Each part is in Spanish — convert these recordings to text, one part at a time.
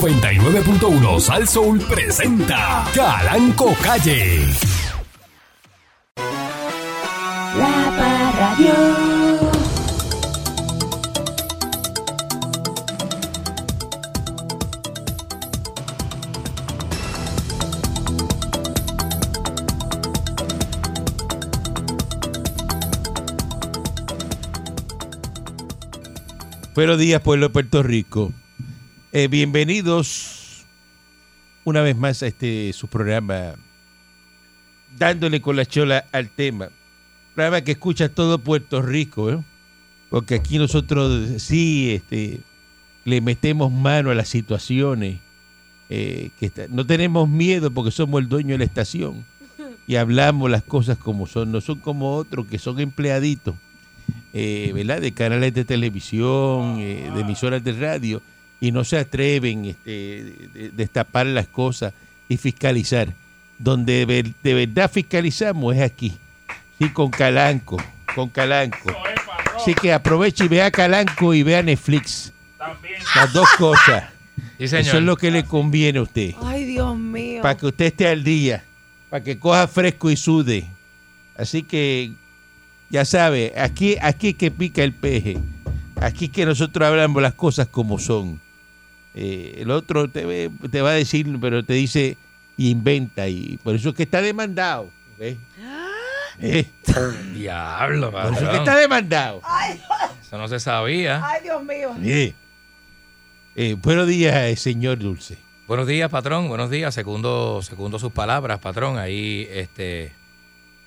99.1 Sal Soul presenta Calanco Calle. La Parradio. Buenos días, pueblo de Puerto Rico. Eh, bienvenidos una vez más a este su programa, dándole con la chola al tema. Programa que escucha todo Puerto Rico, ¿eh? porque aquí nosotros sí este, le metemos mano a las situaciones. eh, que está- no tenemos miedo porque somos el dueño de la estación y hablamos las cosas como son, no son como otros que son empleaditos eh, ¿verdad? de canales de televisión, eh, de emisoras de radio, y no se atreven este, de- de- destapar las cosas y fiscalizar. Donde de, ver- de verdad fiscalizamos es aquí, sí, con Calanco, con Calanco. Así que aproveche y vea Calanco y vea Netflix. Las dos cosas. Eso es lo que le conviene a usted Ay, Dios mío. para que usted esté al día, para que coja fresco y sude. Así que, ya sabe, aquí, aquí que pica el peje, aquí que nosotros hablamos las cosas como son. Eh, el otro te, ve- te va a decir, pero te dice, inventa, y por eso es que está demandado. ¿ves? Ah. Eh, Diablo, Por eso es cabrón. que está demandado. Ah. Eso no se sabía. Ay, Dios mío. Eh. Eh, buenos días, eh, señor Dulce. Buenos días, patrón. Buenos días. Segundo, segundo sus palabras, patrón. Ahí, este,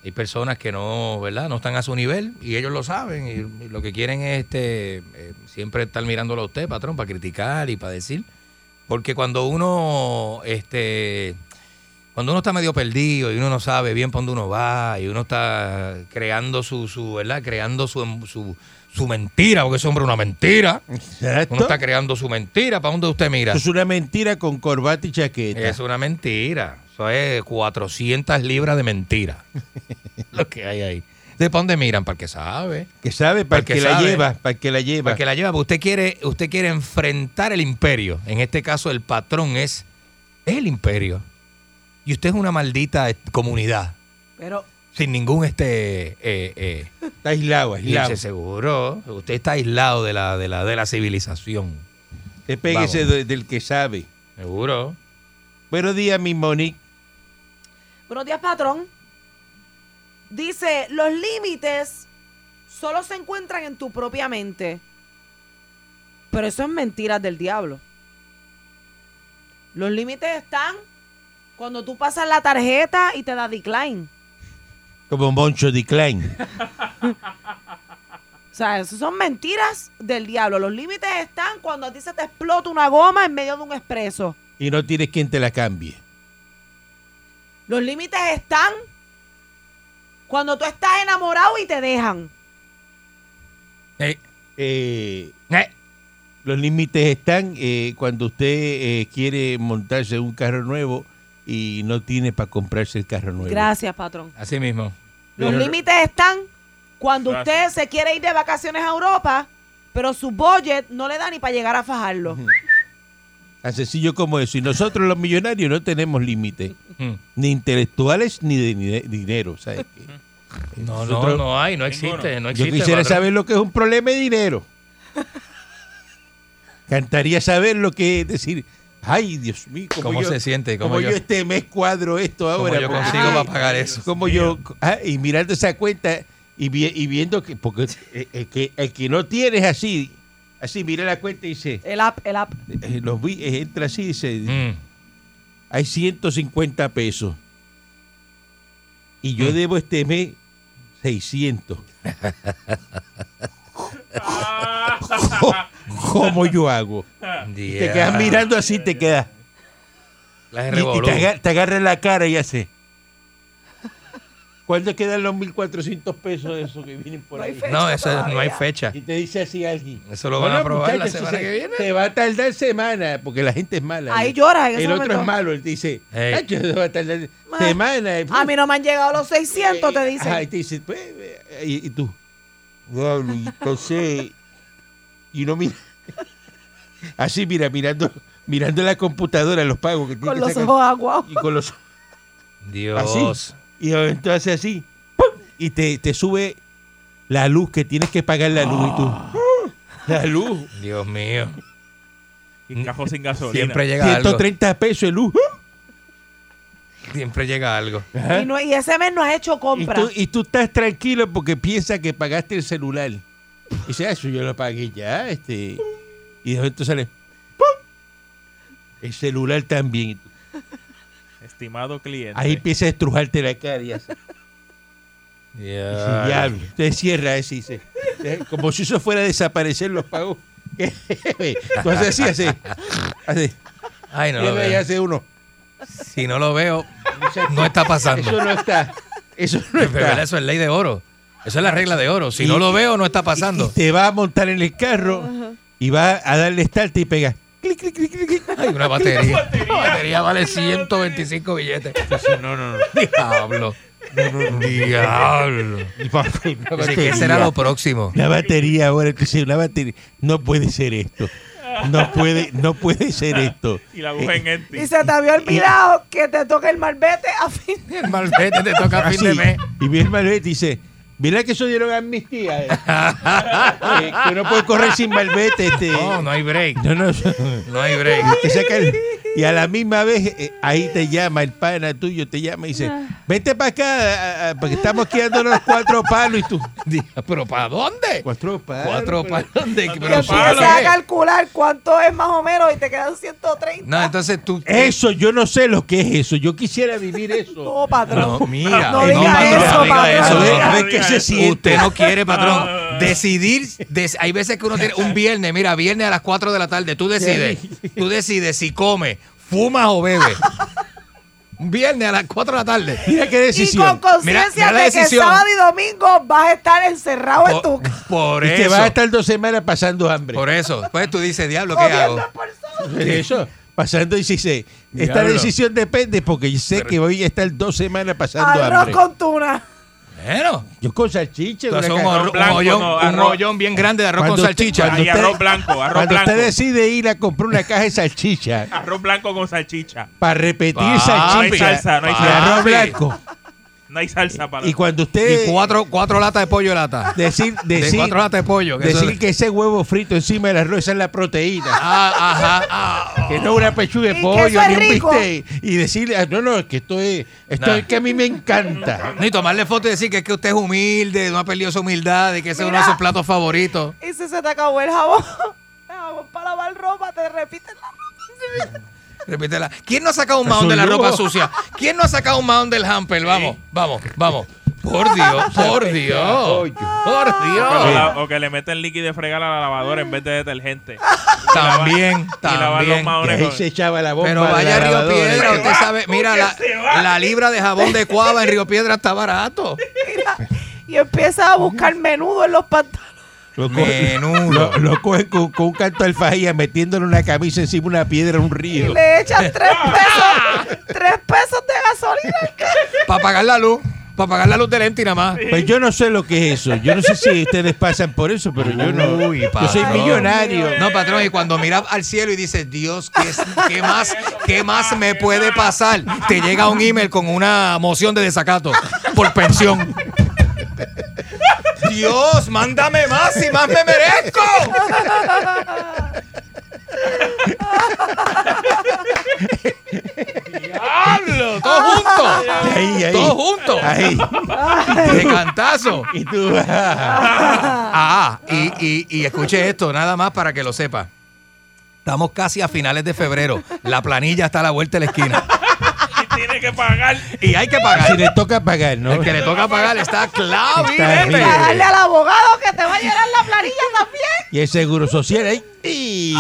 hay personas que no, ¿verdad? No están a su nivel y ellos lo saben. Y, y lo que quieren es, este, eh, siempre estar mirándolo a usted, patrón, para criticar y para decir. Porque cuando uno, este, cuando uno está medio perdido y uno no sabe bien para dónde uno va y uno está creando su, su ¿verdad? Creando su, em, su, su mentira, porque ese hombre es una mentira. Uno Exacto. está creando su mentira. ¿Para dónde usted mira? Eso es una mentira con corbata y chaqueta. Es una mentira. Eso es 400 libras de mentira. lo que hay ahí. ¿De pa' dónde miran? Para el que sabe. Que sabe, para el Porque que la sabe. lleva, para el que la lleva. Para el que la lleva. Porque Usted quiere, usted quiere enfrentar el imperio. En este caso, el patrón es el imperio. Y usted es una maldita eh, comunidad. Pero, Sin ningún este. eh, eh, Está aislado, aislado. irse seguro. Usted está aislado de la, de la, de la civilización. Despéguese Vamos. de- del que sabe. Seguro. Buenos días, mi Monique. buenos días, patrón. Dice, los límites solo se encuentran en tu propia mente. Pero eso es mentiras del diablo. Los límites están cuando tú pasas la tarjeta y te da decline. Como Moncho Decline. O sea, eso son mentiras del diablo. Los límites están cuando a ti se te explota una goma en medio de un expreso. y no tienes quien te la cambie. Los límites están cuando tú estás enamorado y te dejan. Eh, Eh, eh. los límites están eh, cuando usted eh, quiere montarse un carro nuevo y no tiene para comprarse el carro nuevo. Gracias, patrón. Así mismo. Los límites están cuando usted se quiere ir de vacaciones a Europa, pero su budget no le da ni para llegar a fajarlo. Tan sencillo como eso. Y nosotros los millonarios no tenemos límites, Mm. ni intelectuales ni de, ni de dinero. ¿sabes qué? No, no, Nosotros- no hay, no existe. Yo No existe quisiera patrón. saber lo que es un problema de dinero. Cantaría saber lo que es decir, ay, Dios mío, cómo, ¿Cómo yo, se siente? ¿Cómo cómo yo yo- este mes cuadro esto ¿Cómo ahora. yo porque- consigo ay, para pagar eso? Cómo yo, ah, y mirando esa cuenta y, vi- y viendo que, porque eh, eh, que- el que no tiene es así, así mira la cuenta y dice, El app, el app. eh, los vi- eh, entra así y dice, Mm. hay 150 pesos. Y yo Mm. debo este mes 600. ¿Cómo yo hago? Y Te quedas Mm. Yeah. mirando así, te quedas. Las Y, y revolú. te, agarra, te agarra la cara y hace. ¿Cuándo quedan los 1.400 pesos de eso que vienen por ahí? No, eso es- no hay fecha. Y te dice así alguien. Eso lo van a aprobar la semana se, que viene. Se va a tardar semana, porque la gente es mala. Ahí El- lloras en ese El otro momento. es malo, él te dice, Ey. "Nacho, eso va a tardar Ma- semana. A mí no me han llegado los 600, te Ajá, y dicen. te dice, pues, eh, y, y tú. Diablo, y entonces. Y no mira. así, mira, mirando, mirando la computadora, los pagos que tiene Con que los sacar. ojos aguados. Y con los Dios. así. Y entonces así. ¡pum! Y te, te sube la luz, que tienes que pagar la luz. Y tú, Ah. la luz. Dios mío. Y cajón sin gasolina. Siempre llega algo. 130 pesos de luz. Siempre llega algo. Ajá. Y, no- y ese mes no has hecho Y compra. tú, y tú estás tranquilo porque piensas que pagaste el celular. Y dices, "Ah, eso yo lo pagué ya. este Y de momento sale, ¡pum! El celular también. Y tú, Estimado cliente. Ahí empieza a estrujarte la cara y así. Ya. Diablo. Te cierra ese y dice, eh, como si eso fuera a desaparecer los pagos. tú haces así, así. así. Ay, no lo Cierra y veo. hace uno. Si no lo veo, no está pasando. Eso no está. Eso no Pero, ¿verdad? está. eso es ley de oro. Eso es la regla de oro. Si Y- no lo veo, no está Y pasando. te va a montar en el carro y va a darle start y pega. Clic, clic, clic, clic, clic. Hay una batería. La batería vale 125 billetes. No, no, no. Diablo. Diablo. Pero, ¿y ¿Qué será lo próximo? Este La batería ahora, entonces una batería. No puede ser esto. No puede, no puede ser esto. Y la aguja en empty. Y se te había olvidado que te toque el malvete a fin de El malvete te toca a fin Así. de mes. Y mi hermano Ed dice, mira que eso dieron amnistía. eh. Eh, que no puedes correr sin malvete. Este. No, no hay break. No, no. No hay break. Te saca el- y a la misma vez, eh, ahí te llama el pana tuyo, te llama y dice, vente para acá, a- a- porque estamos quedándonos cuatro palos y tú. Diablo, ¿Pero para dónde? Cuatro palos. Cuatro pero- para dónde. Pero que ¿para empieces qué? a calcular cuánto es más o menos y te quedan 130. No, entonces tú. Eso, yo no sé lo que es eso. Yo quisiera vivir eso. No, patrón. No, mira. No No, diga patrón, eso, no diga patrón. eso, a ver, no. a ver qué se siente. Usted no quiere, patrón. Decidir, des- hay veces que uno tiene un viernes, mira, viernes a las 4 de la tarde, tú decides, tú decides si come, fumas o bebe. Un viernes a las 4 de la tarde. Mira qué y con decisión. Mira, conciencia mira la de que decisión. sábado y domingo vas a estar encerrado en tu Por, casa. por Y te vas a eso, estar dos semanas pasando hambre. por eso. Pues tú dices, diablo, ¿qué hago? comiendo en persona. eso. Pasando y si se- Esta Diablo. decisión depende porque yo sé que voy a estar dos semanas pasando hambre. Arroz con tuna. Bueno, Yo con salchicha. tú haces una un, ca- arro- un blanco, hoyón, no, un arroz. hoyón bien grande de arroz Cuando con usted- salchicha. cuando Ahí usted- arroz blanco, arroz Cuando usted blanco. decide ir a comprar una caja de salchicha Arroz blanco con salchicha. para repetir Papi, salchicha salsa, no hay y salsa. arroz Papi. blanco. No hay salsa para. Y cuando usted Y cuatro, cuatro latas de pollo de lata. decir, De decir, cuatro latas de pollo. que eso- decir que ese huevo frito encima del arroz esa es la proteína. Ah, ajá, ah, Que no es una pechuga de Y que pollo, eso es ni un rico. bistec. Y decirle, ah, no, no, es que esto es, esto Nah. es que a mí me encanta. Ni tomarle foto y decir que es que usted es humilde, no ha perdido su humildad, de que ese es uno de Mira. sus platos favoritos. Y si se te acabó el jabón, el jabón para lavar ropa, te repiten la ropa. Repítela. ¿Quién no ha sacado un mahón de la ropa sucia? ¿Quién no ha sacado un mahón del hamper? Vamos, vamos, vamos. Por Dios, por Dios. Por O, Dios. la- o que le meten líquido de fregar a la lavadora en vez de detergente. También, lavar los también. mahones. Y ahí se echaba la bomba. Pero a la vaya a Río lavadora. Piedra, usted sabe, mira, la, se va. la libra de jabón de cuava en Río Piedra está barato. Y empiezas a buscar menudo en los pantalones. Lo coge- Menudo. Lo, lo cogen con, con un canto de alfajía metiéndole una camisa encima de una piedra en un Y río. le echas tres pesos, tres pesos de gasolina al carro. Para pagar la luz, para pagar la luz de lente y nada más. Pues yo no sé lo que es eso. Yo no sé si ustedes pasan por eso, pero yo no. Uy, yo soy patrón. millonario. No, patrón, y cuando mira al cielo y dice, Dios, ¿qué, es- qué más, ¿qué más me puede pasar? Te llega un email con una moción de desacato por pensión. Dios, mándame más y más me merezco. ¡Diablo! ¡Todo junto! Ahí, ahí. ¡Todo junto! Ahí. ¡De cantazo! Y tú ah, Ah, y, y- y escuche esto, nada más para que lo sepa. Estamos casi a finales de febrero. La planilla está a la vuelta de la esquina. Y tiene que pagar. Y hay que Si pagar. le toca pagar, ¿no? El que le toca pagar está Está clavinete. bien. Pagarle al abogado que te va a llenar la planilla también. Y el seguro social ahí. Y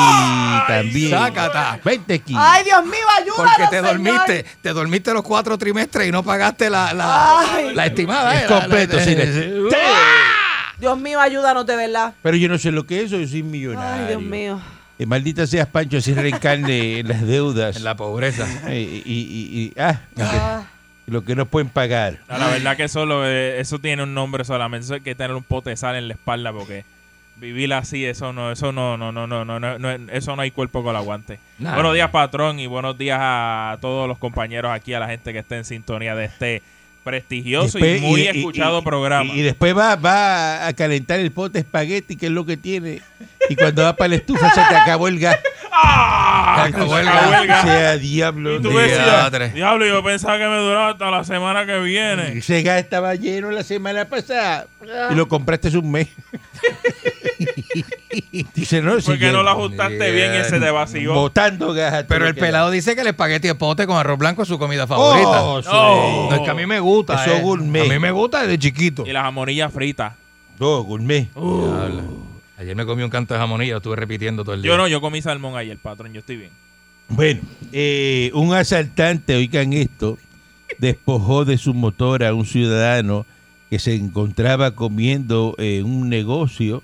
también. sácata. Vente aquí. Ay, Dios mío, ayúdanos, Porque te Señor. dormiste, te dormiste los cuatro trimestres y no pagaste la, la, Ay. la estimada. Es eh, la- completo, la- sí, le- sí. Dios mío, ayúdanos de verdad. Pero yo no sé lo que es eso, yo soy millonario. Ay, Dios mío. Eh, maldita seas, Pancho, si reencarne en las deudas. En la pobreza. Eh, y, y- y- ah, lo que- Ah. lo que no pueden pagar. No, la verdad que solo eh, eso tiene un nombre solamente. Eso hay que tener un pote de sal en la espalda porque Vivir así, eso no, eso no, no, no, no, no, no, no, eso no hay cuerpo que lo aguante. Nah. Buenos días, patrón, y buenos días a todos los compañeros aquí, a la gente que está en sintonía de este prestigioso Después- y muy y- y- escuchado y- programa. Y, y después va, va a calentar el pote de espagueti, que es lo que tiene. Y cuando va para la estufa se te acabó el gas. ¡Ah! Se acabó el gas. O sea, diablo. Y tú Día decías, tres. diablo, yo pensaba que me duraba hasta la semana que viene. Ese gas estaba lleno la semana pasada y lo compraste hace un mes. Dice, no, si Porque yo- no lo ajustaste Yeah. bien y se te vació. Botando gas. a todo Pero el lo que da. pelado dice que el espagueti de pote con arroz blanco es su comida favorita. Oh, sí. No. No, es que a mí me gusta. Eso eh. gourmet. A mí me gusta desde chiquito. Y las amorillas fritas. No, gourmet. Diablo. Oh. Ayer me comí un canto de jamonilla, estuve repitiendo todo el día. Yo no, yo comí salmón ayer, patrón, yo estoy bien. Bueno, eh, un asaltante, oigan esto, despojó de su motor a un ciudadano que se encontraba comiendo en un negocio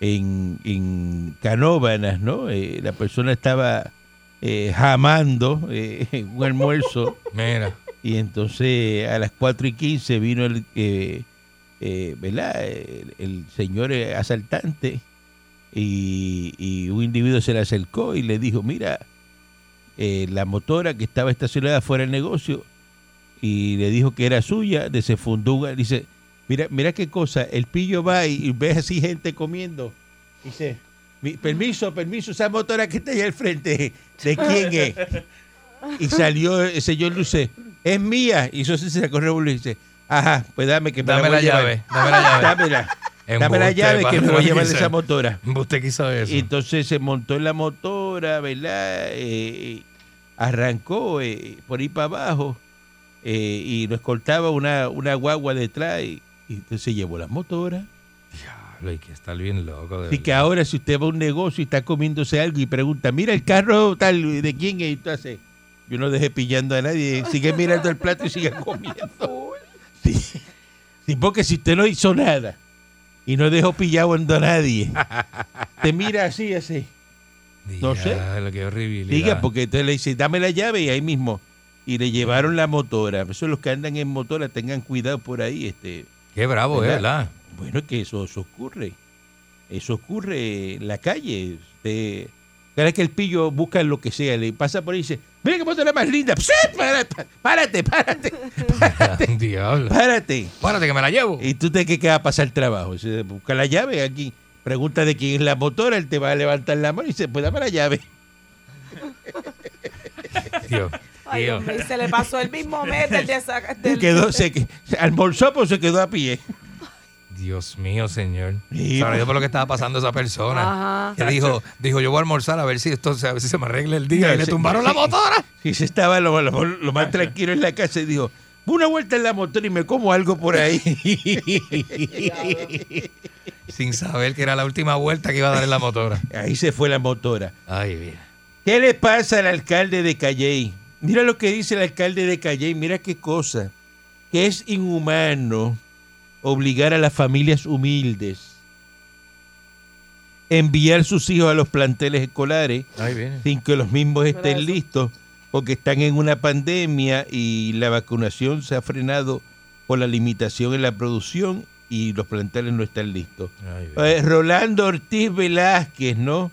en, en Canóvanas, ¿no? Eh, la persona estaba eh, jamando eh, un almuerzo Mira. y entonces a las 4 y 15 vino el, eh, eh, ¿verdad? El, el señor eh, asaltante y, y un individuo se le acercó y le dijo, mira, eh, la motora que estaba estacionada fuera del negocio y le dijo que era suya, desefundó, un- dice, mira, mira qué cosa, el pillo va y, y ve así gente comiendo, dice, "Mi- permiso, permiso, esa motora que está allá al frente, ¿de quién es? Y salió el señor Luce, es mía, y eso sí se sacó revolú y dice, ajá, pues dame que me Dame voy la a llevar". llave, dame la llave. Dámela. Dame la llave que me voy a llevar esa motora. Usted quiso eso. Y entonces se montó en la motora, ¿verdad? Eh, arrancó eh, por ahí para abajo eh, y nos cortaba una, una guagua detrás y, y entonces llevó la motora. Diablo, hay que estar bien loco. de Así que verdad. ahora si usted va a un negocio y está comiéndose algo y pregunta, mira el carro tal, ¿de quién es? Y tú haces, yo no dejé pillando a nadie, sigue mirando el plato y sigue comiendo. Sí, Sí, porque si usted no hizo nada y no dejó pillado a nadie, te mira así, así. no sé. Diablo, qué horribilidad. Diga, porque entonces le dice, dame la llave y ahí mismo. Y le llevaron la motora. Eso los que andan en motora, tengan cuidado por ahí. este Qué bravo, eh, ¿Verdad? ¿verdad? Bueno, que eso, eso ocurre. Eso ocurre en la calle. Usted, cada que el pillo busca lo que sea, le pasa por ahí y dice, mira qué motora más linda. ¡Sí, párate, párate, párate, Diablo. párate. Párate que me la llevo. Y tú te crees que va a pasar el trabajo. Dice, busca la llave aquí. Pregunta de quién es la motora, él te va a levantar la mano y dice, pues dame la llave. Dios. Ay, Dios. Dios mío, y se le pasó el mismo mes del desa- del- Quedó, se, se almorzó, pues se quedó a pie. Dios mío, señor. Sí, Ah. Sabrá pues. Dios por lo que estaba pasando esa persona. Ajá. Que dijo, dijo, yo voy a almorzar a ver si esto se- a ver si se me arregla el día. No, y le sí, tumbaron sí. la motora. Ah, Y se estaba lo, lo- lo más tranquilo en la casa y dijo, una vuelta en la motora y me como algo por ahí. Sin saber que era la última vuelta que iba a dar en la motora. Ahí se fue la motora. Ay, mira. ¿Qué le pasa al alcalde de Calley? Mira lo que dice el alcalde de Calley, mira qué cosa. Que es inhumano obligar a las familias humildes enviar sus hijos a los planteles escolares Ay, bien. sin que los mismos estén eso. listos porque están en una pandemia y la vacunación se ha frenado por la limitación en la producción y los planteles no están listos. Ay, bien. Eh, Rolando Ortiz Velázquez, ¿no?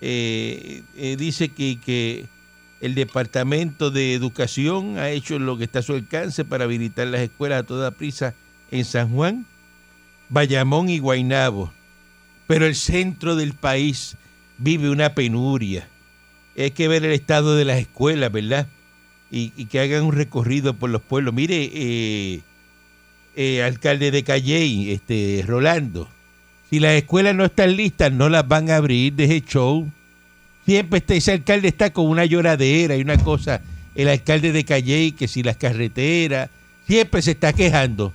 Eh, eh, dice que, que el Departamento de Educación ha hecho lo que está a su alcance para habilitar las escuelas a toda prisa en San Juan, Bayamón y Guaynabo. Pero el centro del país vive una penuria. Hay que ver el estado de las escuelas, ¿verdad? Y, y que hagan un recorrido por los pueblos. Mire, eh, eh, alcalde de Calley, este, Rolando, si las escuelas no están listas, no las van a abrir, deje show. Siempre está, ese alcalde está con una lloradera y una cosa. El alcalde de Calley, que si las carreteras, siempre se está quejando.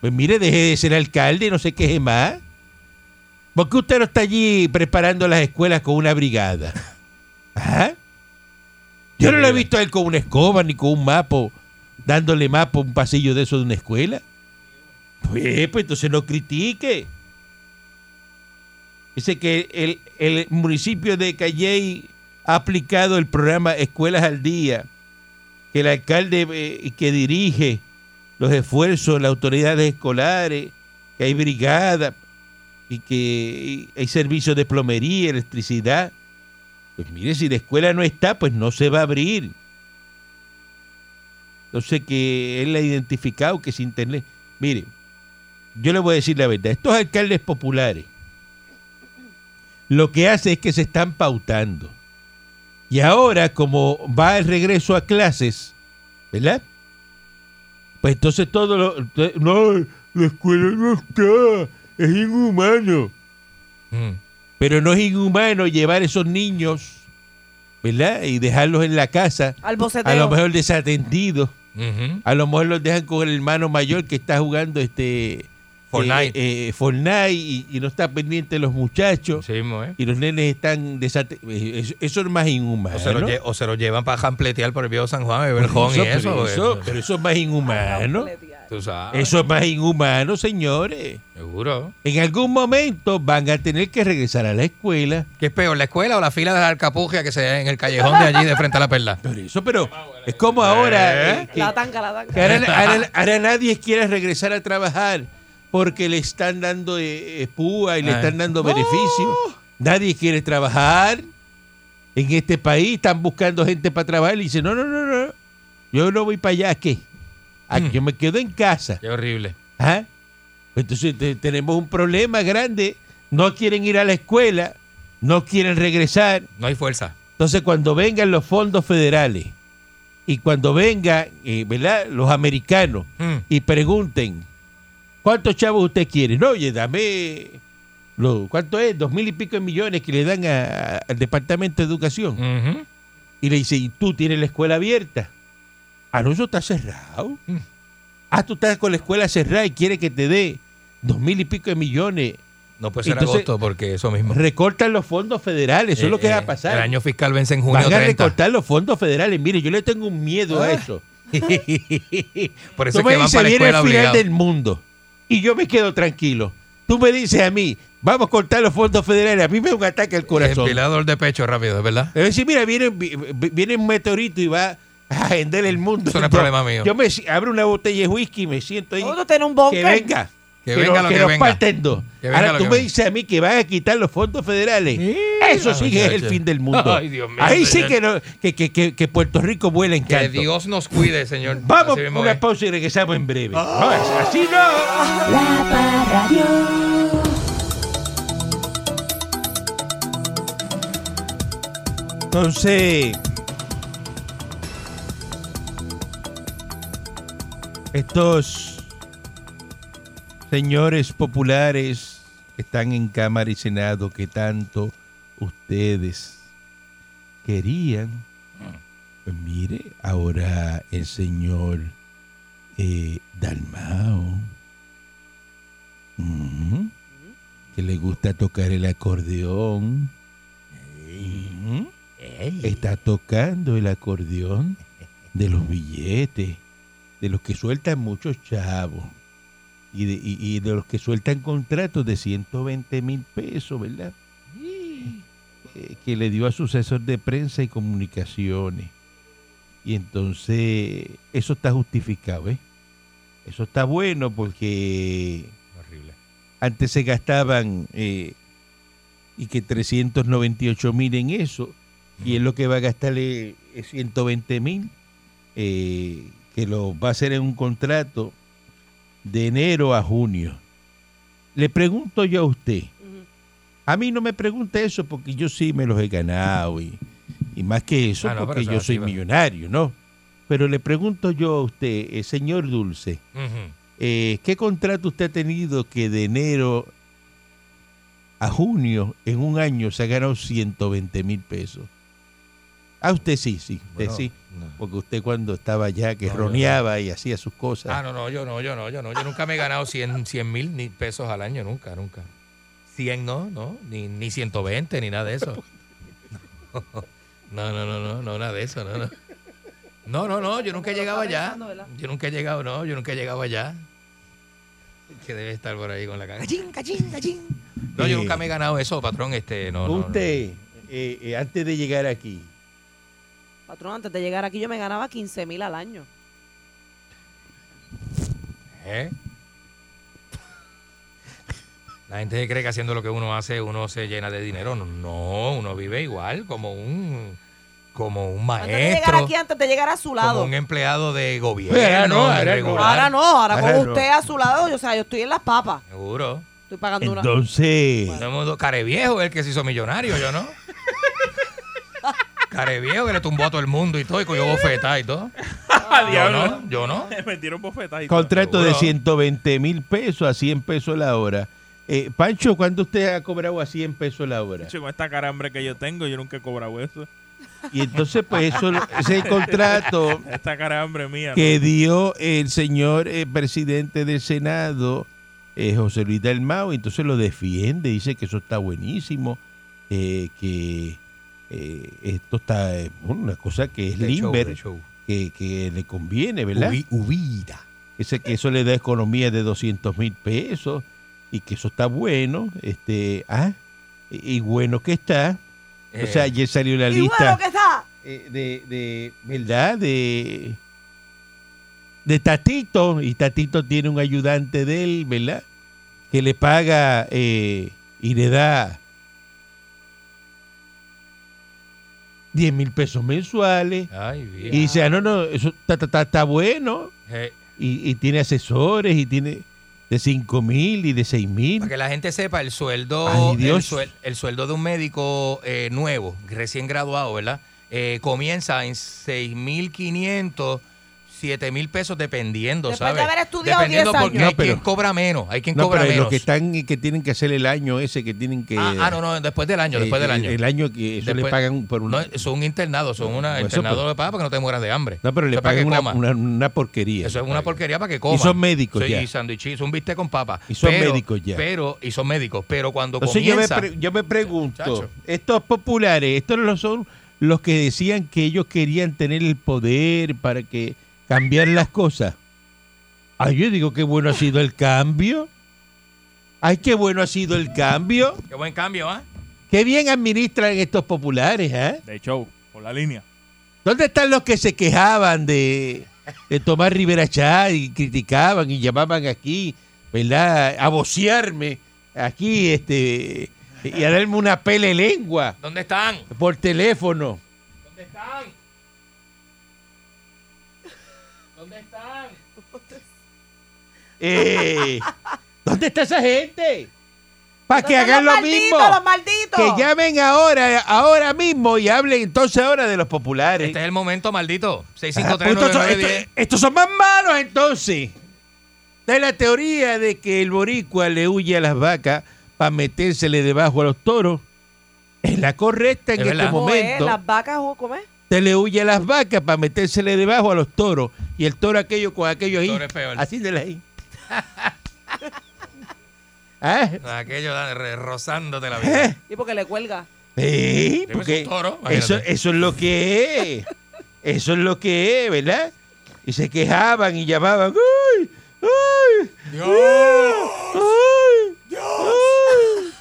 Pues mire, deje de ser alcalde, no se queje más. ¿Por qué usted no está allí preparando las escuelas con una brigada? ¿Ah? Yo no lo he visto a él con una escoba ni con un mapo, dándole mapo a un pasillo de eso de una escuela. Pues, pues entonces no critique. Dice que el, el municipio de Calley ha aplicado el programa Escuelas al Día, que el alcalde eh, que dirige los esfuerzos, las autoridades escolares, que hay brigadas, y que y hay servicios de plomería, electricidad. Pues mire, si la escuela no está, pues no se va a abrir. Entonces que él ha identificado que sin tener... Mire, yo le voy a decir la verdad, estos alcaldes populares lo que hace es que se están pautando. Y ahora, como va el regreso a clases, ¿verdad? Pues entonces todo lo... to- No, la escuela no está, es inhumano. Mm. Pero no es inhumano llevar esos niños, ¿verdad? Y dejarlos en la casa, Al a boceteo. lo mejor desatendidos. Ujú. A lo mejor los dejan con el hermano mayor que está jugando este Fortnite. eh, eh, Fortnite y, y no está pendiente de los muchachos. Sí, mismo, ¿eh? Y los nenes están desate- eh, Eso, eso es más inhumano. O se, lo lle- o se lo llevan para jampletear por el viejo San Juan, beber Por jon y eso, eso. pero, eso, eh, pero eso es más Ah, inhumano. tú sabes. Eso es más inhumano, señores. Seguro. En algún momento van a tener que regresar a la escuela. ¿Qué es peor, la escuela o la fila de la alcapugia que se da en el callejón de allí de frente a la perla? Pero eso, pero es como ahora. eh, que- La tanga, la tanga. que ahora, ahora- ahora nadie quiere regresar a trabajar porque le están dando eh, eh, púa y le Ah. Oh. están dando beneficio. Nadie quiere trabajar en este país. Están buscando gente para trabajar y dicen, no, no, no, no. Yo no voy para allá. ¿A qué? ¿A qué? Mm. Yo me quedo en casa. Qué horrible. ¿Ah? Entonces te- tenemos un problema grande. No quieren ir a la escuela. No quieren regresar. No hay fuerza. Entonces, cuando vengan los fondos federales y cuando vengan eh, ¿verdad? los americanos Mm. y pregunten, ¿cuántos chavos usted quiere? No, oye, dame, lo, ¿cuánto es? Dos mil y pico de millones que le dan a- al Departamento de Educación. Ujú. Y le dice, ¿y tú tienes la escuela abierta? Ah, no, eso está cerrado. Mm. Ah, tú estás con la escuela cerrada y quiere que te dé dos mil y pico de millones. No puede ser Entonces- agosto porque eso mismo. Recortan los fondos federales, eso es lo que Eh, va eh, a pasar. El año fiscal vence en junio Van a 30. recortar los fondos federales. Mire, yo le tengo un miedo a eso. Por Tú eso es me que van dices, para viene la el final escuela obligado. del mundo. Y yo me quedo tranquilo. Tú me dices a mí, vamos a cortar los fondos federales. A mí me da un ataque al corazón. Empilador de pecho rápido, es verdad. Es decir, mira, viene, vi- vi- viene un meteorito y va a agender el mundo. Eso no es problema mío. Yo me si- abro una botella de whisky y me siento ahí. Uno tiene Oh, un Que búnker. venga. Que venga no- lo que nos venga. parten dos. Que venga Ahora lo tú que me venga. dices a mí que van a quitar los fondos federales. Mira, Eso sí que es el muchacho. fin del mundo. Ay, Dios mío, Ahí sí señor. que, no- que, que- que- que Puerto Rico vuela en Que canto. Dios nos cuide, señor. Vamos Así mismo una es. Ah. pausa y regresamos en breve. No, así no. La Parradio. Entonces, estos señores populares que están en Cámara y Senado que tanto ustedes querían, pues mire, ahora el señor eh, Dalmao, ujú, que le gusta tocar el acordeón. ujú, está tocando el acordeón de los billetes, de los que sueltan muchos chavos y de, y- y de los que sueltan contratos de 120 mil pesos, ¿verdad? Eh, que le dio a su asesor de prensa y comunicaciones. Y entonces eso está justificado, ¿eh? Eso está bueno porque Horrible. antes se gastaban eh, y que 398 mil en eso y es lo que va a eh, gastarle 120 mil eh, que lo va a hacer en un contrato de enero a junio le pregunto yo a usted Ujú. a mí no me pregunte eso porque yo sí me los he ganado y, y más que eso Ah, no, porque pero eso yo es así, soy pero- millonario no pero le pregunto yo a usted eh, señor dulce Ujú. eh, ¿Qué contrato usted ha tenido que de enero a junio en un año se ha ganado 120 mil pesos? Ah, usted sí, sí, usted Bueno, sí. no. Porque usted cuando estaba allá, que No, yo no. roneaba y hacía sus cosas. Ah, no, no, yo no, yo no, yo no. Yo nunca me he ganado 100 mil ni pesos al año, nunca, nunca. 100 no, no, ni, ni 120, ni nada de eso. No, no, no, no, no, nada de eso, no, no. No, no, no, yo nunca he llegado allá. Yo nunca he llegado, no, yo nunca he llegado allá. Que debe estar por ahí con la cara. Cachín, cachín, cachín. No, yo Eh. nunca me he ganado eso, patrón, este, no, no. no. usted, eh, eh, antes de llegar aquí, Patrón, antes de llegar aquí yo me ganaba 15 mil al año. ¿Eh? La gente se cree que haciendo lo que uno hace uno se llena de dinero. No, uno vive igual como un como un Antes de llegar maestro, aquí, antes de llegar a su como lado. un empleado de gobierno. Pero ahora no, ahora no. regular. Ahora no, ahora, Ahora con no. usted a su lado, yo- o sea, yo estoy en las papas. Seguro. Estoy pagando una. Entonces, No hemos Careviejo es el que se hizo millonario, yo no. Careviejo que le tumbó a todo el mundo y todo, y cogió bofetada y todo. Ah, Yo diablo. no, yo no. Me metieron bofetadito. contrato de seguro. 120 mil pesos a 100 pesos la hora. Eh, Pancho, ¿cuándo usted ha cobrado a 100 pesos la hora? Con esta carambre que yo tengo, yo nunca he cobrado eso. Y entonces, pues, eso, ese contrato Esta carambre mía. ¿no? que dio el señor eh, presidente del Senado, eh, José Luis Dalmau, entonces lo defiende, dice que eso está buenísimo, eh, que eh, esto está, eh, bueno, una cosa que es De show, limber, de show. que, que le conviene, ¿verdad? Ubi- Ubida. Dice que eso le da economía de 200 mil pesos y que eso está bueno, este, ah, y, y bueno que está. O sea, Eh, ayer salió la Y bueno lista que está. eh, de, de, ¿verdad? De, de Tatito, y Tatito tiene un ayudante de él, ¿verdad? Que le paga eh, y le da 10 mil pesos mensuales. ay, bien. Y dice, ah, no, no, eso está, está- está- está bueno. Eh, Y, y tiene asesores y tiene de 5 mil y de 6 para mil. que la gente sepa, el sueldo, Ay, el, Dios. suel- el sueldo de un médico eh, nuevo, recién graduado, ¿verdad? Eh, comienza en 6.500, 7.000 pesos, dependiendo, Después de ¿sabes? haber estudiado dependiendo 10 porque años. hay No, pero- quien cobra menos, hay quien No, cobra pero menos. los que están y que tienen que hacer el año ese que tienen que... Ah, ah, no, no, después del año, después Eh, del año. El año que eso le Después- pagan por un. No, son internados, son una Eso, internado pero- de paga para que no te mueras de hambre. no, pero le Eso es para pagan que una, comas. una- una porquería. Eso es le una pagan. porquería para que coman. son médicos Sí, ya. Y sándwiches, un bistec con papa. Y son médicos ya. Pero, y son médicos, pero cuando Entonces yo me, comienza... pre- yo me pregunto, Chacho. estos populares, estos no son los que decían que ellos querían tener el poder para que cambiar las cosas. Ay, yo digo qué bueno ha sido el cambio. Ay, qué bueno ha sido el cambio. Qué buen cambio, ¿ah? Qué bien administran estos populares, ¿eh? De show, por la línea. ¿Dónde están los que se quejaban de, de tomar Rivera Chat y criticaban y llamaban aquí, ¿verdad? A vocearme aquí este, y a darme una pele lengua ¿Dónde están? por teléfono. ¿Dónde están? ¿Dónde están? Eh, ¿Dónde está esa gente? Para Ah, que Entonces, hagan los lo malditos, mismo. Los malditos. Que llamen ahora, ahora mismo y hablen entonces ahora de los populares. Este es el momento, maldito. Ah, pues estos, son, 653 estos- estos son más malos entonces. De la teoría de que el boricua le huye a las vacas para metérsele debajo a los toros. Es la correcta en Es este verdad. ¿Cómo es? momento. Las vacas, ¿cómo ¿cómo es? Te le huye a las vacas para metérsele debajo a los toros. Y el toro aquello con aquello ahí. toro es peor. Así de la ahí. ¿Ah? Aquello da- re- rozándote la ¿Eh? vida. Y porque le cuelga. Sí, Debe porque ser un toro, eso, imagínate. eso es lo que es. Eso es lo que es, ¿verdad? Y se quejaban y llamaban. ¡Uy! ¡Uy! ¡Uy! ¡Uy!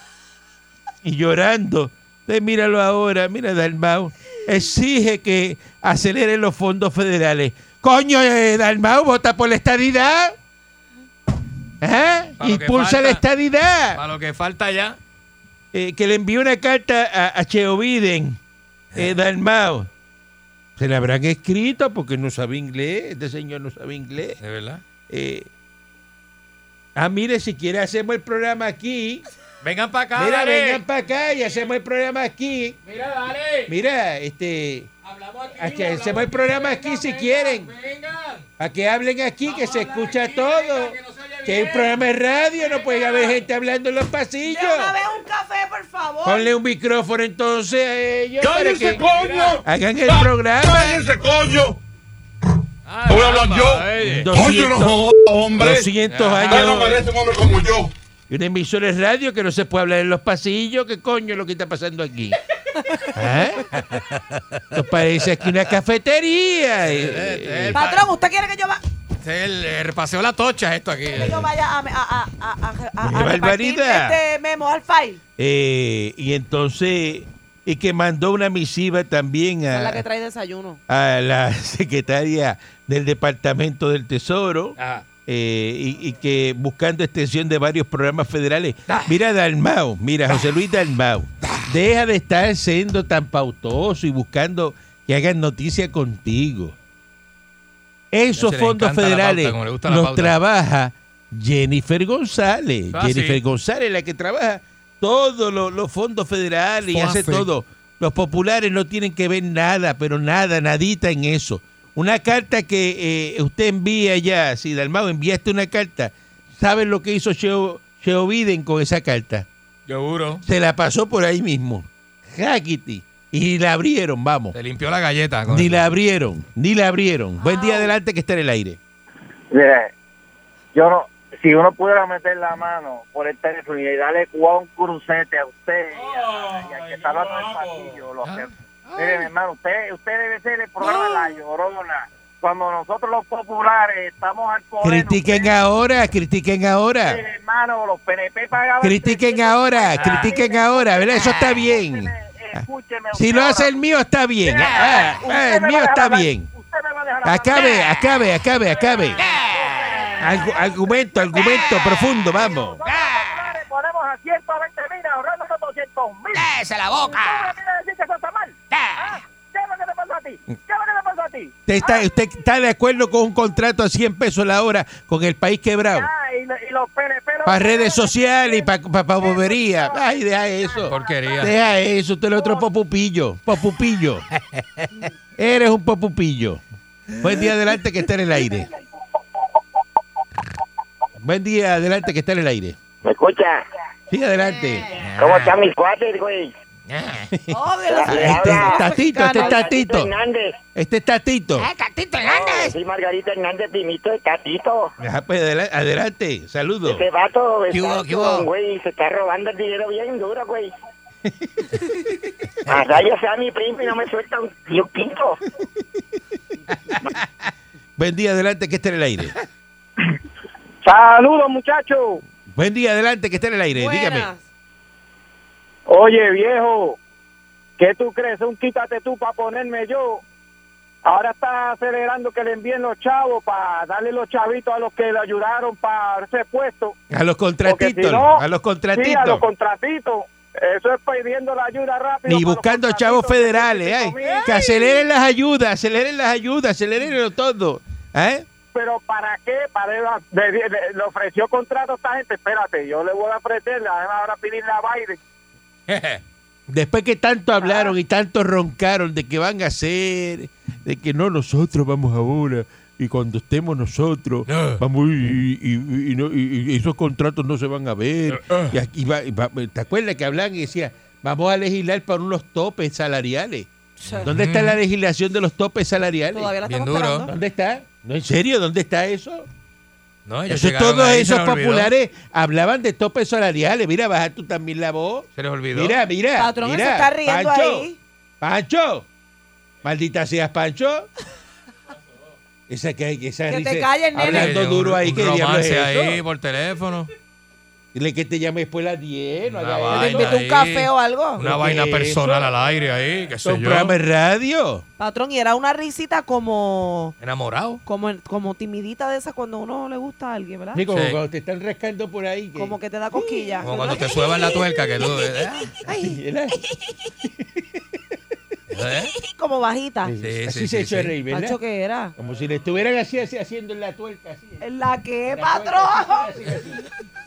Y llorando. Entonces, míralo ahora, mira Dalmau. Exige que aceleren los fondos federales. Coño, eh, Dalmau, vota por la estadidad. ¿Ah? Para lo que Impulsa la falta. estadidad Para lo que falta ya. eh, que le envió una carta a, a Cheo Biden, eh, Dalmao. Se la habrán escrito porque no sabe inglés, este señor no sabe inglés. De verdad. Eh, ah, mire, si quiere hacemos el programa aquí. Vengan para acá, Mira, Ah, dale. vengan para acá y hacemos el programa aquí. Mira, dale. Mira, este, Hablamos aquí. a que hablamos hacemos el programa Vengan, aquí si vengan, quieren. Vengan. a que hablen aquí, que Vamos se a hablar escucha aquí, todo. venga, que no se oye Que es un bien. programa de radio, no puede Venga. haber gente hablando en los pasillos. De una vez un café, por favor. Ponle un micrófono entonces a ellos. para ¡Cállense, que- coño! Hagan el programa. ¡Cállense, coño! Ah, Voy a hablar caramba, yo. oye. ¡Coño, no 200, jodas, hombre! 200 ¡Usted no años. merece un hombre como yo! Y una emisora de radio que no se puede hablar en los pasillos. ¿Qué coño es lo que está pasando aquí? ¿Ah? Esto parece aquí una cafetería. Eh, eh, Patrón, ¿usted quiere que yo, va- Este es el, el paseo la tocha esto aquí. que yo vaya a, me- a, a, a, a- a- a ¡Qué repartir barbaridad! este memo al file? eh, y entonces, y que mandó una misiva también Esa Es la que a, trae desayuno. a la secretaria del Departamento del Tesoro. Ajá. eh, y, y que buscando extensión de varios programas federales. Ah. Mira Dalmao, mira José Luis Dalmao, deja de estar siendo tan pautoso y buscando que hagan noticia contigo. Esos Ya se le fondos encanta la pauta, federales como le gusta la los pauta. trabaja Jennifer González. Ah, Jennifer sí. González, la que trabaja todos los, los fondos federales y hace Fonfe. todo. Los populares no tienen que ver nada, pero nada, nadita en eso. Una carta que eh, usted envía ya, si Dalmao enviaste una carta, ¿saben lo que hizo Cheo, Cheo Biden con esa carta? Yo juro. Se la pasó por ahí mismo. Jaquiti. Y la abrieron, vamos. Se limpió la galleta. con Ni el- la abrieron, ni la abrieron. Buen día adelante que está en el aire. Mira, yo no, si uno pudiera meter la mano por el teléfono y darle cua- un crucete a usted y, a- y al que está hablando del pasillo, lo hace. Ah, Mire, mi hermano, usted, usted debe ser el programa La Llorona. Cuando nosotros los populares estamos al poder... Critiquen ustedes, ahora, critiquen ahora. mire, hermano, los PNP pagaban... Critiquen 300 ahora, pesos. critiquen ahora, ¿verdad? Eso está bien. Escúcheme, escúcheme, Si usted lo hace ahora- el mío, está bien. Ah, Usted ah, me el va a mío dejar está hablar- bien. usted me va a dejar hablar. Acabe, acabe, acabe, acabe. Argu- argumento, argumento profundo, vamos. Nosotros ponemos a 120 mil, ahorrando 200 mil. ¡Cállese la boca! ¿Cómo me vienes a decir que eso está mal? ¿Ah? ¿Qué es lo que te pasó a ti? ¿Qué es lo que te pasó a ti? Usted está, usted está de acuerdo con un contrato a 100 pesos la hora con el país quebrado. Ah, y, lo- y los PNP... los- Para redes sociales y para bobería. Ay, deja eso. Porquería. Deja eso, usted es otro popupillo. Popupillo. Eres un popupillo. Buen día adelante que está en el aire. Buen día adelante que está en el aire. ¿Me escucha? Sí, adelante. ¿Cómo están mis cuates, güey? Oh, de la Ah, Este es tatito, este es Tatito tatito. Hernández. Este es tatito. Oh, sí, Margarita Hernández, primito de Tatito. Ajá, pues, adela- adelante, saludos. Ese vato ¿Qué hubo, está, qué hubo? güey, se está robando el dinero bien duro, güey. A rayos sea mi primo y no me suelta un, ni un quinto. Buen día adelante que está en el aire. Saludos, muchachos. Buen día adelante que está en el aire. Dígame. Buenas. Oye, viejo, ¿qué tú crees? Un quítate tú para ponerme yo. Ahora está acelerando que le envíen los chavos para darle los chavitos a los que le ayudaron para ese puesto. A los Porque contratitos, si a los no, Sí, a los contratitos. contratitos. Eso es pidiendo la ayuda rápido. Ni para los buscando chavos contratitos, federales. ay, 25 mil. que aceleren las ayudas, aceleren las ayudas, aceleren todo. ¿eh? pero ¿para qué? Para, le, le- le ofreció contrato a esta gente. Espérate, yo le voy a ofrecer, le van ahora a pedir la Biden. Después que tanto Ah. hablaron y tanto roncaron de que van a hacer, de que no, nosotros vamos ahora y cuando estemos nosotros, No. vamos y, y- y- y no- y- y esos contratos no se van a ver. Y aquí va- y va- ¿Te acuerdas que hablaban y decían, vamos a legislar para unos topes salariales? ¿Dónde está la legislación de los topes salariales? Todavía la Bien estamos duro. esperando. ¿Dónde está? ¿No, ¿En serio? ¿Dónde está eso? No, ellos Eso, eh. llegaron todos ahí, se esos les olvidó. populares hablaban de topes salariales. Mira, baja tú también la voz. Se les olvidó. Mira, mira. Patrón mira, se está riendo Pancho, ahí. Pancho. Maldita seas, Pancho. Esa que hay, esa Que te risa- calles, nene. Hablando Un- duro ahí, un que diablo es romance eso? ahí por teléfono. Dile que te llame después a las 10, no haga Una eso. ¿Te vaina. invito un ahí. café o algo? Una ¿Qué vaina es personal eso? al aire ahí, qué Son sé yo. programas de radio. Patrón, y era una risita como... Enamorado. Como, como timidita de esas cuando uno le gusta a alguien, ¿verdad? Sí, como Sí. cuando te están rascando por ahí. que- Como que te da cosquilla. Como cuando te sueban la tuerca que tú... ¿eh? ¿verdad? ¿Eh? Como bajita. Sí, Así sí, se sí, echó sí. a reír, ¿verdad? Macho, ¿qué era? Como si le estuvieran así, así haciendo en la tuerca. Así, La que, patrón.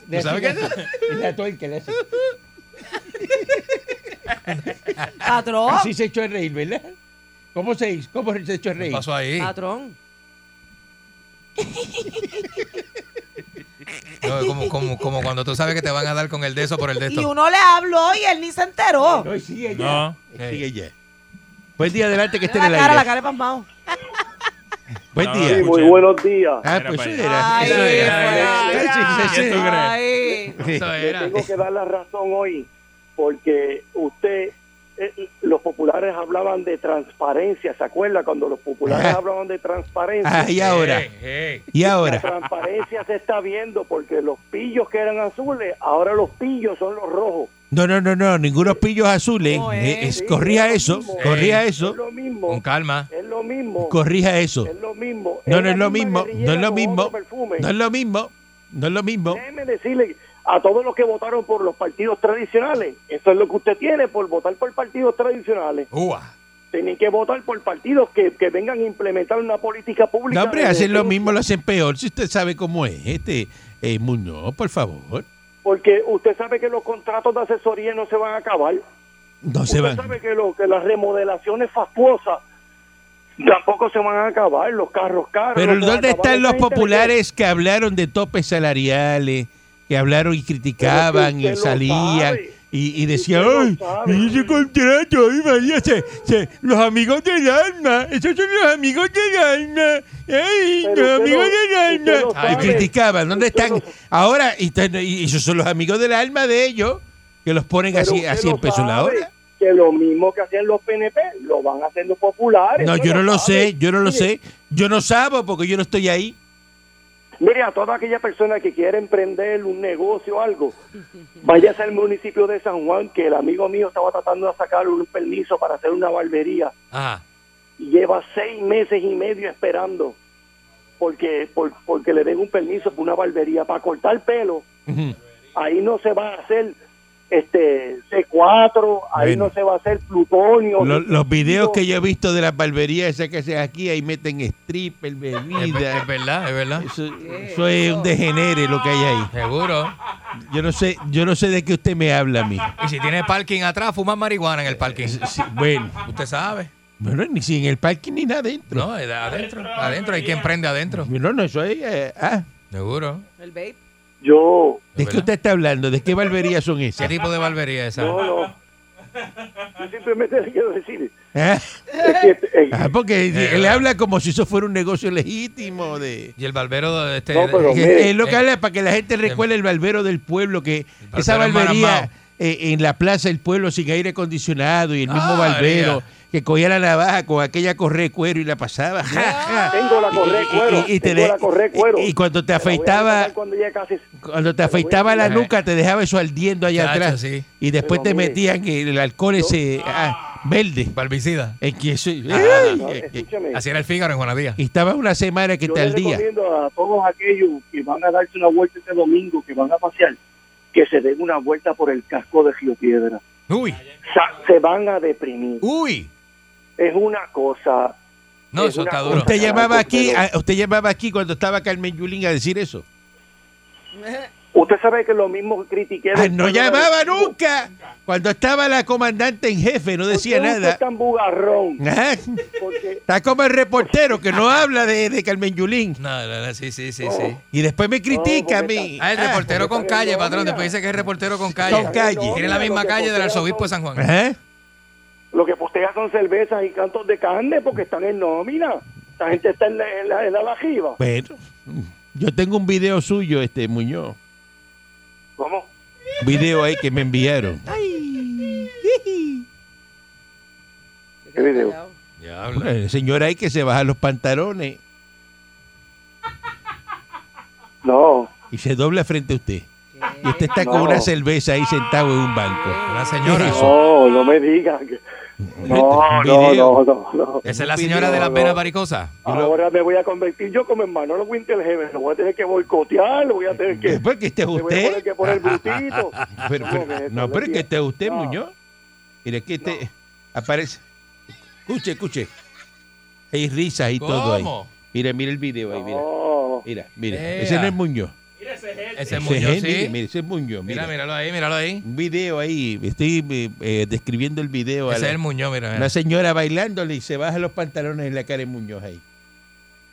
Le ¿Tú hacen sabes qué? así, En la tuerca le hacen. Patrón. Así se echó a reír, ¿verdad? ¿Cómo se, cómo se echó a ¿Qué reír? pasó ahí? Patrón. No, como, como, como cuando tú sabes que te van a dar con el de eso por el de Y esto. uno le habló y él ni se enteró. No, y sigue ya. No. Sigue ya. Buen día adelante que esté Mira en la el cara, la aire. cara de pasmado. Buen No, día. no, no. Muy buenos días. Ah, Mira pues para eso allá. era. Eso Ay, era. fuera, Sí, sí, sí, sí. Ay. Eso era. Tengo que dar la razón hoy porque usted, eh, los populares hablaban de transparencia, ¿se acuerda? Cuando los populares Ajá. hablaban de transparencia. Ah, y ahora. Eh, eh. Y La ahora. transparencia se está viendo porque los pillos que eran azules, ahora los pillos son los rojos. No, no, no, no. Ninguno pillos azules. No, Eh, eh. es- corrija eso. Sí. Corrija Es eso. lo Con mismo, calma. es lo mismo, Corrija eso. es lo mismo. No, no la es lo mismo, misma guerrillera no es lo con mismo. otro perfume. señores. No es lo mismo, no es lo mismo. Déjeme decirle a todos los que votaron por los partidos tradicionales, eso es lo que usted tiene por votar por partidos tradicionales. Ua. Tienen que votar por partidos que, que vengan a implementar una política pública. No, hombre, de hacen lo defensa. mismo, lo hacen peor. Si usted sabe cómo es este eh, mundo, por favor. Porque usted sabe que los contratos de asesoría no se van a acabar. No se usted van. sabe que, lo, que las remodelaciones fastuosas tampoco se van a acabar. Los carros caros. Pero no se van a ¿dónde acabar. están los Esa gente que- populares que hablaron de topes salariales? Que hablaron y criticaban Pero y es que usted lo salían sabe. y, y decían, Usted lo ¡ay! sabe. Ese contrato, ay María, se- se- los amigos del alma, esos son los amigos del alma, ay, los Pero usted amigos lo- del usted alma. lo Y sabe. criticaban, ¿dónde Usted están? lo- Ahora, y, están- y esos son los amigos del alma de ellos, que los ponen Pero así usted a lo 100 pesos la sabe hora. Que lo mismo que hacían los PNP, lo van a hacer los populares. No, Eso yo no lo sabe. sé, yo no lo Mire, sé, yo no sabo porque yo no estoy ahí. Mire, a toda aquella persona que quiera emprender un negocio o algo, váyase al municipio de San Juan, que el amigo mío estaba tratando de sacar un permiso para hacer una barbería Ajá. y lleva seis meses y medio esperando porque por- porque le den un permiso para una barbería para cortar pelo. Ujú. Ahí no se va a hacer este C4, ahí Bueno. no se va a hacer plutonio. Lo- ni- los videos ni- que yo he visto de las barberías esas que hacen aquí, ahí meten stripper, Es, ver- es bebida. verdad, es verdad. Eso, eso es un degenere lo que hay ahí. Seguro. Yo no sé, yo no sé de qué usted me habla a mí. Y si tiene parking atrás, fuman marihuana en el parking. Sí, bueno, Usted sabe. bueno, ni si en el parking ni nada adentro. No, es adentro. Adentro hay quien prende adentro. No, no, eso es. eh, ah, Seguro. El vape. Yo ¿De qué usted está hablando? ¿De qué barberías son ¿Qué esas? tipo de barbería es esa? No, no. Yo simplemente le quiero decir. Ah, es que, eh, ah, porque él habla como si eso fuera un negocio legítimo de. Y el barbero de este. No, pero- de- Que Mire, es lo que habla para que la gente recuerde el barbero del pueblo, que Eh, barbero esa barbería enmaramao. eh, en la plaza del pueblo sin aire acondicionado y el mismo Ah, barbero María. que cogía la navaja con aquella correa de cuero y la pasaba. ja, ja. tengo la correa de Y- y- cuero. y- y te tengo le- la correa de cuero. y- y cuando te la voy a afeitaba- rematar Cuando llegue casi. Cuando te Pero voy a afeitaba la decir- nuca te dejaba eso ardiendo allá Chacho, atrás sí. y después te Pero mire, metían el alcohol ese ah, verde. Barbicida. Es que eso- ¡ay! No, Eh, eh, escúchame. Así era el Fígaro en Juanadía. y estaba una semana que Yo te le ardía. recomiendo a todos aquellos que van a darse una vuelta este domingo, que van a pasear, que se den una vuelta por el casco de Río Piedra. Uy, Sa- se van a deprimir. uy. Es una cosa. No, eso está duro. Usted llamaba aquí, Pero- ah, usted llamaba aquí cuando estaba Carmen Yulín a decir eso. Usted sabe que lo mismo critiqué. Ah, no llamaba nunca. Cuando estaba la comandante en jefe, no decía nada. tan bugarrón. Ajá. Porque Está como el reportero que no habla de, de Carmen Yulín. No, no, no, sí, sí, sí, sí. Y después me critica a No, porque mí. Oh. Ah, el Ah, reportero con está calle, viendo, patrón. mira. Después dice que es reportero con calle. Con calle. Y tiene la misma calle del arzobispo de San Juan. ajá. Lo que postea son cervezas y cantos de carne porque están en nómina. La gente está en la, en la, en la bajiva. Bueno, yo tengo un video suyo, este Muñoz. ¿Cómo? Un video ahí que me enviaron. Se ¿Qué queda video? callado. Diablo. Una señora ahí que se baja los pantalones No. y se dobla frente a usted. Y usted está con No. una cerveza ahí sentado en un banco. Una señora. Eso. No, no me digas. Este que- No, no, no, no, no. Esa es la señora de las venas varicosas. Ahora me voy a convertir yo como hermano los Winter Heaven. Lo voy a tener que boicotear, lo voy a tener que. Después que este es le voy a usted. Ah, tener que poner brutito. Pero, pero- no, pero es que este es usted, Muñoz. Mire, que este aparece. Escuche, escuche. Hay risas y todo ahí. ¿Cómo? Mire, mire el video ahí, mira. No. Mira, mira. Ea. Ese no es Muñoz. Ese Ese Muñoz, es, mire, sí. mire, ese es Muñoz. Mira, Mira, míralo ahí, míralo ahí. Un video ahí. Estoy eh, eh, describiendo el video. a Ese es la- el Muñoz, mira. mira. una señora bailándole y se baja los pantalones en la cara de Muñoz ahí.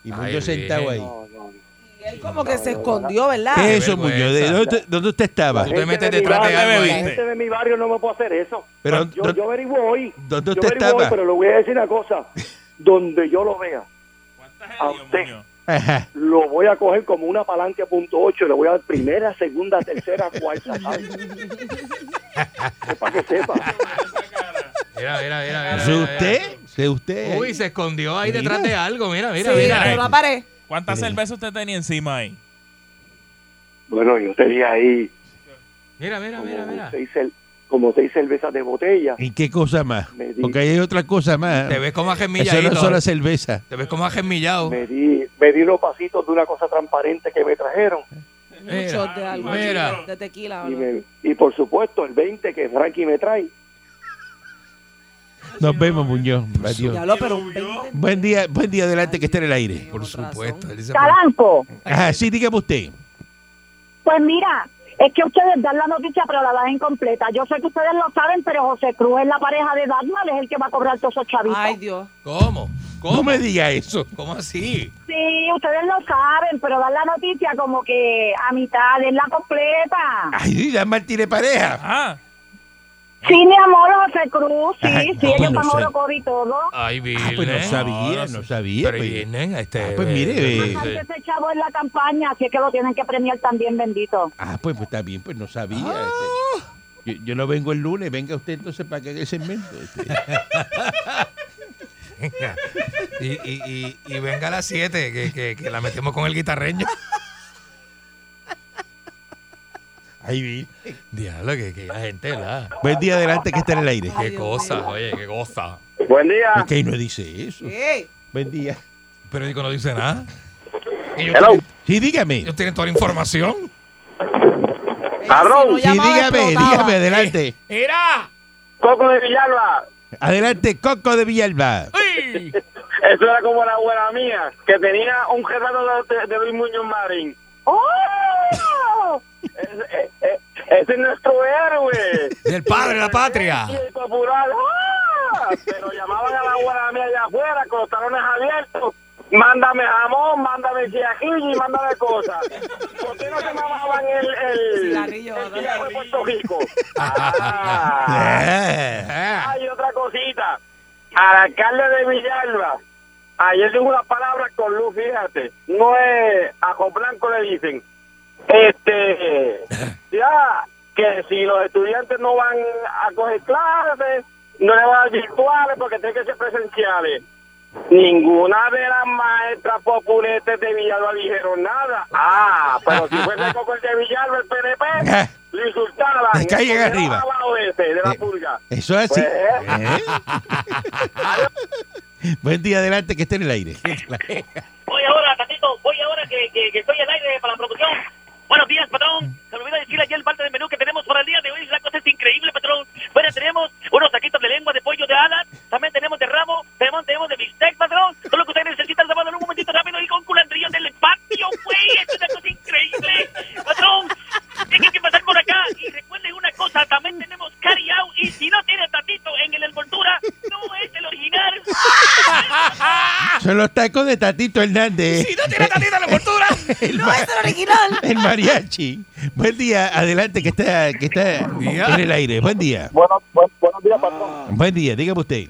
Y Ay, Muñoz sentado ahí. Virgen. No, no, no. Y él como que se escondió, ¿verdad? ¿Qué es Qué eso, Muñoz? ¿De vergüenza. dónde, dónde usted estaba? Tú te Gente metes de mi detrás de barrio, algo La ahí. gente de mi barrio no me puede hacer eso. Pero, yo, ¿dó- yo averiguo hoy. ¿Dónde Yo usted averiguo estaba? hoy, pero le voy a decir una cosa. Donde yo lo vea, a usted Ajá. lo voy a coger como una palanca punto ocho. Le voy a dar primera, segunda, tercera, cuarta. ¿sabes? Es para que sepa. Mira, mira, mira. mira, ¿Es mira, usted? ¿Es usted? mira. Uy, se escondió ahí Mira. detrás de algo. Mira, mira, sí, mira. pero la pared. ¿Cuántas cervezas usted tenía encima ahí? Bueno, yo tenía ahí Mira, mira, como Ah, mira, mira. seis, cer- como seis cervezas de botella. ¿Y qué cosa más? Me di- Porque ahí hay otra cosa más. Te ves como Eso no agemilladito. es solo cerveza. Te ves como agemillado. Me di, me di los pasitos de una cosa transparente que me trajeron. Mira, Muchos de algo. mira. De Ah, tequila. ¿o Y, no? me- y por supuesto, el 20 que Frankie me trae. Nos vemos, Muñoz. Adiós. Ya habló, pero un 20. Buen día, buen día adelante que esté en el aire. Por supuesto. Él dice, Calanco, Ajá, sí, dígame usted. pues mira, es que ustedes dan la noticia pero la dan incompleta. Yo sé que ustedes lo saben, pero José Cruz es la pareja de Dagmar, es el que va a cobrar todos esos chavitos. Ay, Dios. ¿Cómo? No ¿Cómo? me diga eso. ¿Cómo así? Sí, ustedes lo saben, pero dan la noticia como que a mitad, es la completa. Ay, Dagmar tiene pareja. Ah, Sí, mi amor, José Cruz, sí, Ay, sí, no, pues ellos no van sé. a Orocor y todo. Ay, Ah, Virgen. pues no sabía, no no sabía. Pero pues. Virgen, este... Ah, pues mire, eh, sí. Bastante ese chavo en la campaña, así es que lo tienen que premiar también, bendito. Ah, pues, pues está bien, pues no sabía. este. Yo, yo no vengo el lunes, venga usted entonces para que haga el segmento. este. y, y, y, y venga a las 7, que, que, que la metemos con el guitarreño. Ay, Virgen. Diablo, que, que la gente, ¿verdad? Buen día adelante que esté en el aire. Qué cosa, oye, qué cosa. Buen día. Ok, no dice eso. Ey, Ah. Buen día. El periódico no dice nada. Ellos, Hello. Tienen, Sí, dígame. ellos tienen toda la información. ella Cabrón, si no sí, Sí, llamaba, dígame, explotaba. dígame, adelante. ¡Era! Coco de Villalba. Adelante, Coco de Villalba. ¡Uy! Eso era como la abuela mía, que tenía un retrato de, de Luis Muñoz Marín. ¡Oh! Ese, eh, eh, ese es nuestro héroe. Del padre de la patria. Y el popular. ¡ah! Pero llamaban a la abuela mía allá afuera con los talones abiertos. Mándame jamón, mándame chiajillo y mándame cosas. ¿Por qué no se mamaban el, el, Cigarrillo, el ¿no? cigarro de Puerto Rico? Ah. Ah. Hay otra cosita. Al alcalde de Villalba, ayer dijo una palabra con luz, fíjate. No es a Blanco le dicen. Este, ya, que si los estudiantes no van a coger clases, no le van a dar virtuales porque tienen que ser presenciales. Ninguna de las maestras populetes de Villalba dijeron nada. Ah, pero si fuese con el de Villalba, el ah. PNP, le insultaban. Que caigan arriba. Abajo ese, de la Eh, pulga. Eso es así. Pues, ¿Eh? Buen día adelante que esté en el aire. Voy ahora, Tatito, voy ahora que, que, que estoy al aire para la promoción. Buenos días, patrón. Se me olvidó decir ayer el parte del menú que tenemos para el día de hoy. La cosa es increíble, patrón. Bueno, tenemos unos taquitos de lengua de pollo de alas. También tenemos de ramo. Tenemos, tenemos de bistec, patrón. Todo lo que ustedes necesitan, se va a dar un momentito rápido y con culandrillos del patio, güey. Es una cosa increíble, patrón. Tienen que pasar por acá. Y recuerden una cosa, también tenemos carry out. Y si no tiene tatito en el envoltura, no es el original. Son los tacos de Tatito Hernández. ¡Y no tiene tantita la cultura! El, No ma- es el original. el mariachi. Buen día adelante que está, que está Día. en el aire. Buen día. Bueno, bu- buenos días, patrón. Buen día, dígame usted.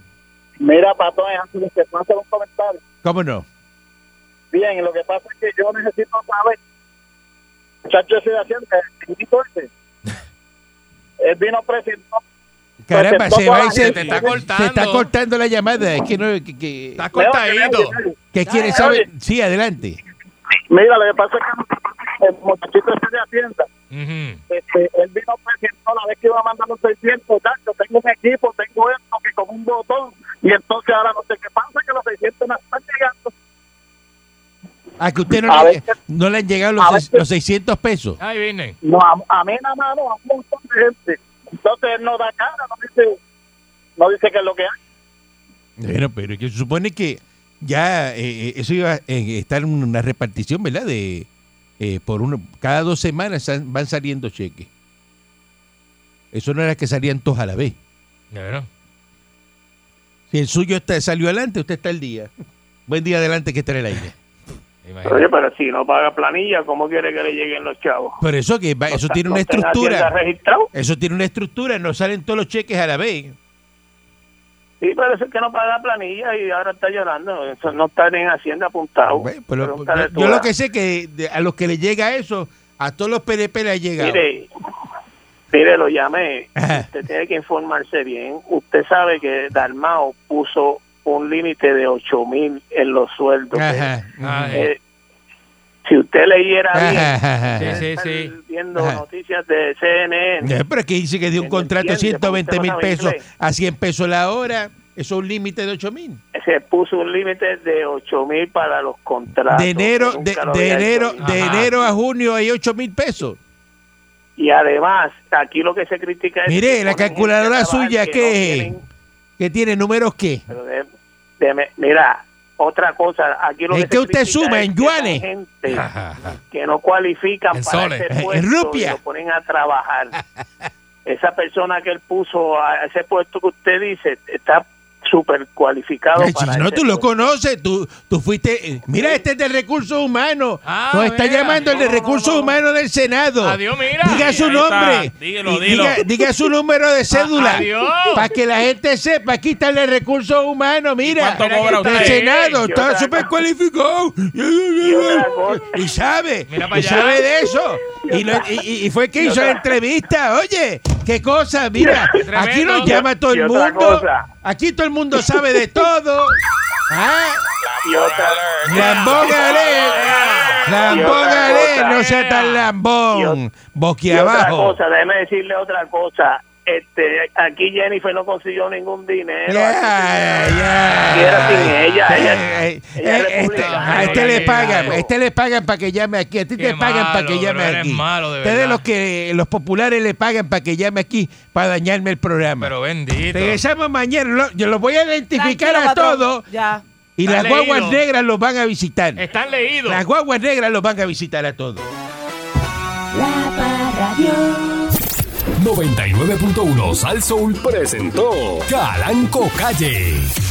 Mira, patrón, es antes de que pase los comentarios. ¿Cómo no? Bien, lo que pasa es que yo necesito saber. Chacho ese de Hacienda, el chiquito ese. Él vino presentado. Caramba, se va y se, Se te está cortando. se está cortando la llamada. Es que no, que, que- Está cortadito. que quiere saber. Sí, adelante. Mira, lo que pasa es que el muchachito ese de Hacienda, Ujú. este, él vino presentado la vez que iba a mandar los 600, chacho, tengo un equipo, tengo esto, que con un botón. Y entonces ahora no sé qué pasa, que los 600 no están llegando. A que usted A no, le, veces- no le han llegado a los, veces- los 600 pesos. Ahí viene. No, a, a mí nada más, no, a un montón de gente. Entonces él no da cara, no dice, no dice que es lo que hay. Bueno, pero que se supone que ya eh, eh, eso iba a eh, estar en una repartición, ¿verdad? De eh, por uno, cada dos semanas sal- van saliendo cheques. Eso no era que salían todos a la vez. Bueno. Si el suyo está, salió adelante, usted está al día. Buen día adelante que está en el aire. Oye, pero si no paga planilla, ¿cómo quiere que le lleguen los chavos? Por eso que va- eso tiene una ¿Está estructura. registrado? Eso tiene una estructura, no salen todos los cheques a la vez. Sí, pero eso es que no paga planilla y ahora está llorando. Eso no está ni en Hacienda apuntado. Bueno, pero- Pero está Ah, de yo, tu yo pues lo edad. que sé que de- a los que le llega eso, a todos los PDP le ha llegado. Mire, mire, lo llamé. Ajá. Usted tiene que informarse bien. Usted sabe que Dalmao puso un límite de 8 mil en los sueldos. Ajá. Ay. Eh, si usted leyera Ajá, bien, ajá, usted ajá. está Sí, sí, sí. viendo Ajá. noticias de CNN. Eh, Pero es que dice que dio un Entiende, contrato de porque 120 mil usted no pesos sabe inglés. a 100 pesos la hora. Eso es un límite de 8 mil. Se puso un límite de 8 mil para los contratos. De enero, de, Nunca lo de había enero, hecho. de enero a junio hay 8 mil pesos. Y además, aquí lo que se critica es. Mire, la que ponen gente a calculadora trabajar suya, que no ¿qué? tienen- ¿Qué tiene? ¿Números qué? pero de- de- Mira, otra cosa. Aquí lo ¿En que qué se usted critica suma? es ¿En que la yuanes? gente Ajá, ajá. que no cualifican En para soles. ese Eh, en puesto rupia. y lo ponen a trabajar. Esa persona que él puso a ese puesto que usted dice está súper cualificado Ay, para si no, ese tú lo puesto. conoces, tú, tú fuiste... eh, Mira, este es de recursos humanos. Ah, Nos está mira. llamando el de No, no, no, recursos no. humanos del Senado. Adiós, mira. Diga su Ahí está. nombre. Dilo, Y dilo. Diga, diga su número de cédula. adiós. Para que la gente sepa, aquí está el de recursos humanos, mira. ¿Cuánto cobra Del usted? Senado, Y está otra súper cosa. cualificado. otra cosa. Y sabe, Mira para y allá. sabe de eso. Y, lo- y- y- y fue el que hizo la entrevista. Oye, qué cosa, mira. Aquí Tremendo. nos llama todo Y el otra mundo. cosa. Aquí todo el mundo sabe de todo. Ah, Y otra, lambón haré. Lambón otra haré. cosa. No sea tan Y lambón. ot- y Boquiabajo. otra cosa, déjeme decirle otra cosa. Este, aquí Jennifer no consiguió ningún dinero. Ya, eh, Y era sin ya. ella, Eh, ella- eh, ella eh, es este- republicana, A este ella le es pagan, malo. a este le pagan para que llame aquí, a ti Qué te pagan para que malo, llame bro, eres aquí. malo, de Ustedes verdad. los que los populares le pagan para que llame aquí para dañarme el programa. Pero bendito. Regresamos mañana, lo- yo los voy a identificar Tranquilo, a patrón. todos Ya. y Está las guaguas leído. negras los van a visitar. Están leídos. Las guaguas negras los van a visitar a todos. La Parradio. 99.1 Sal Soul presentó Calanco Calle.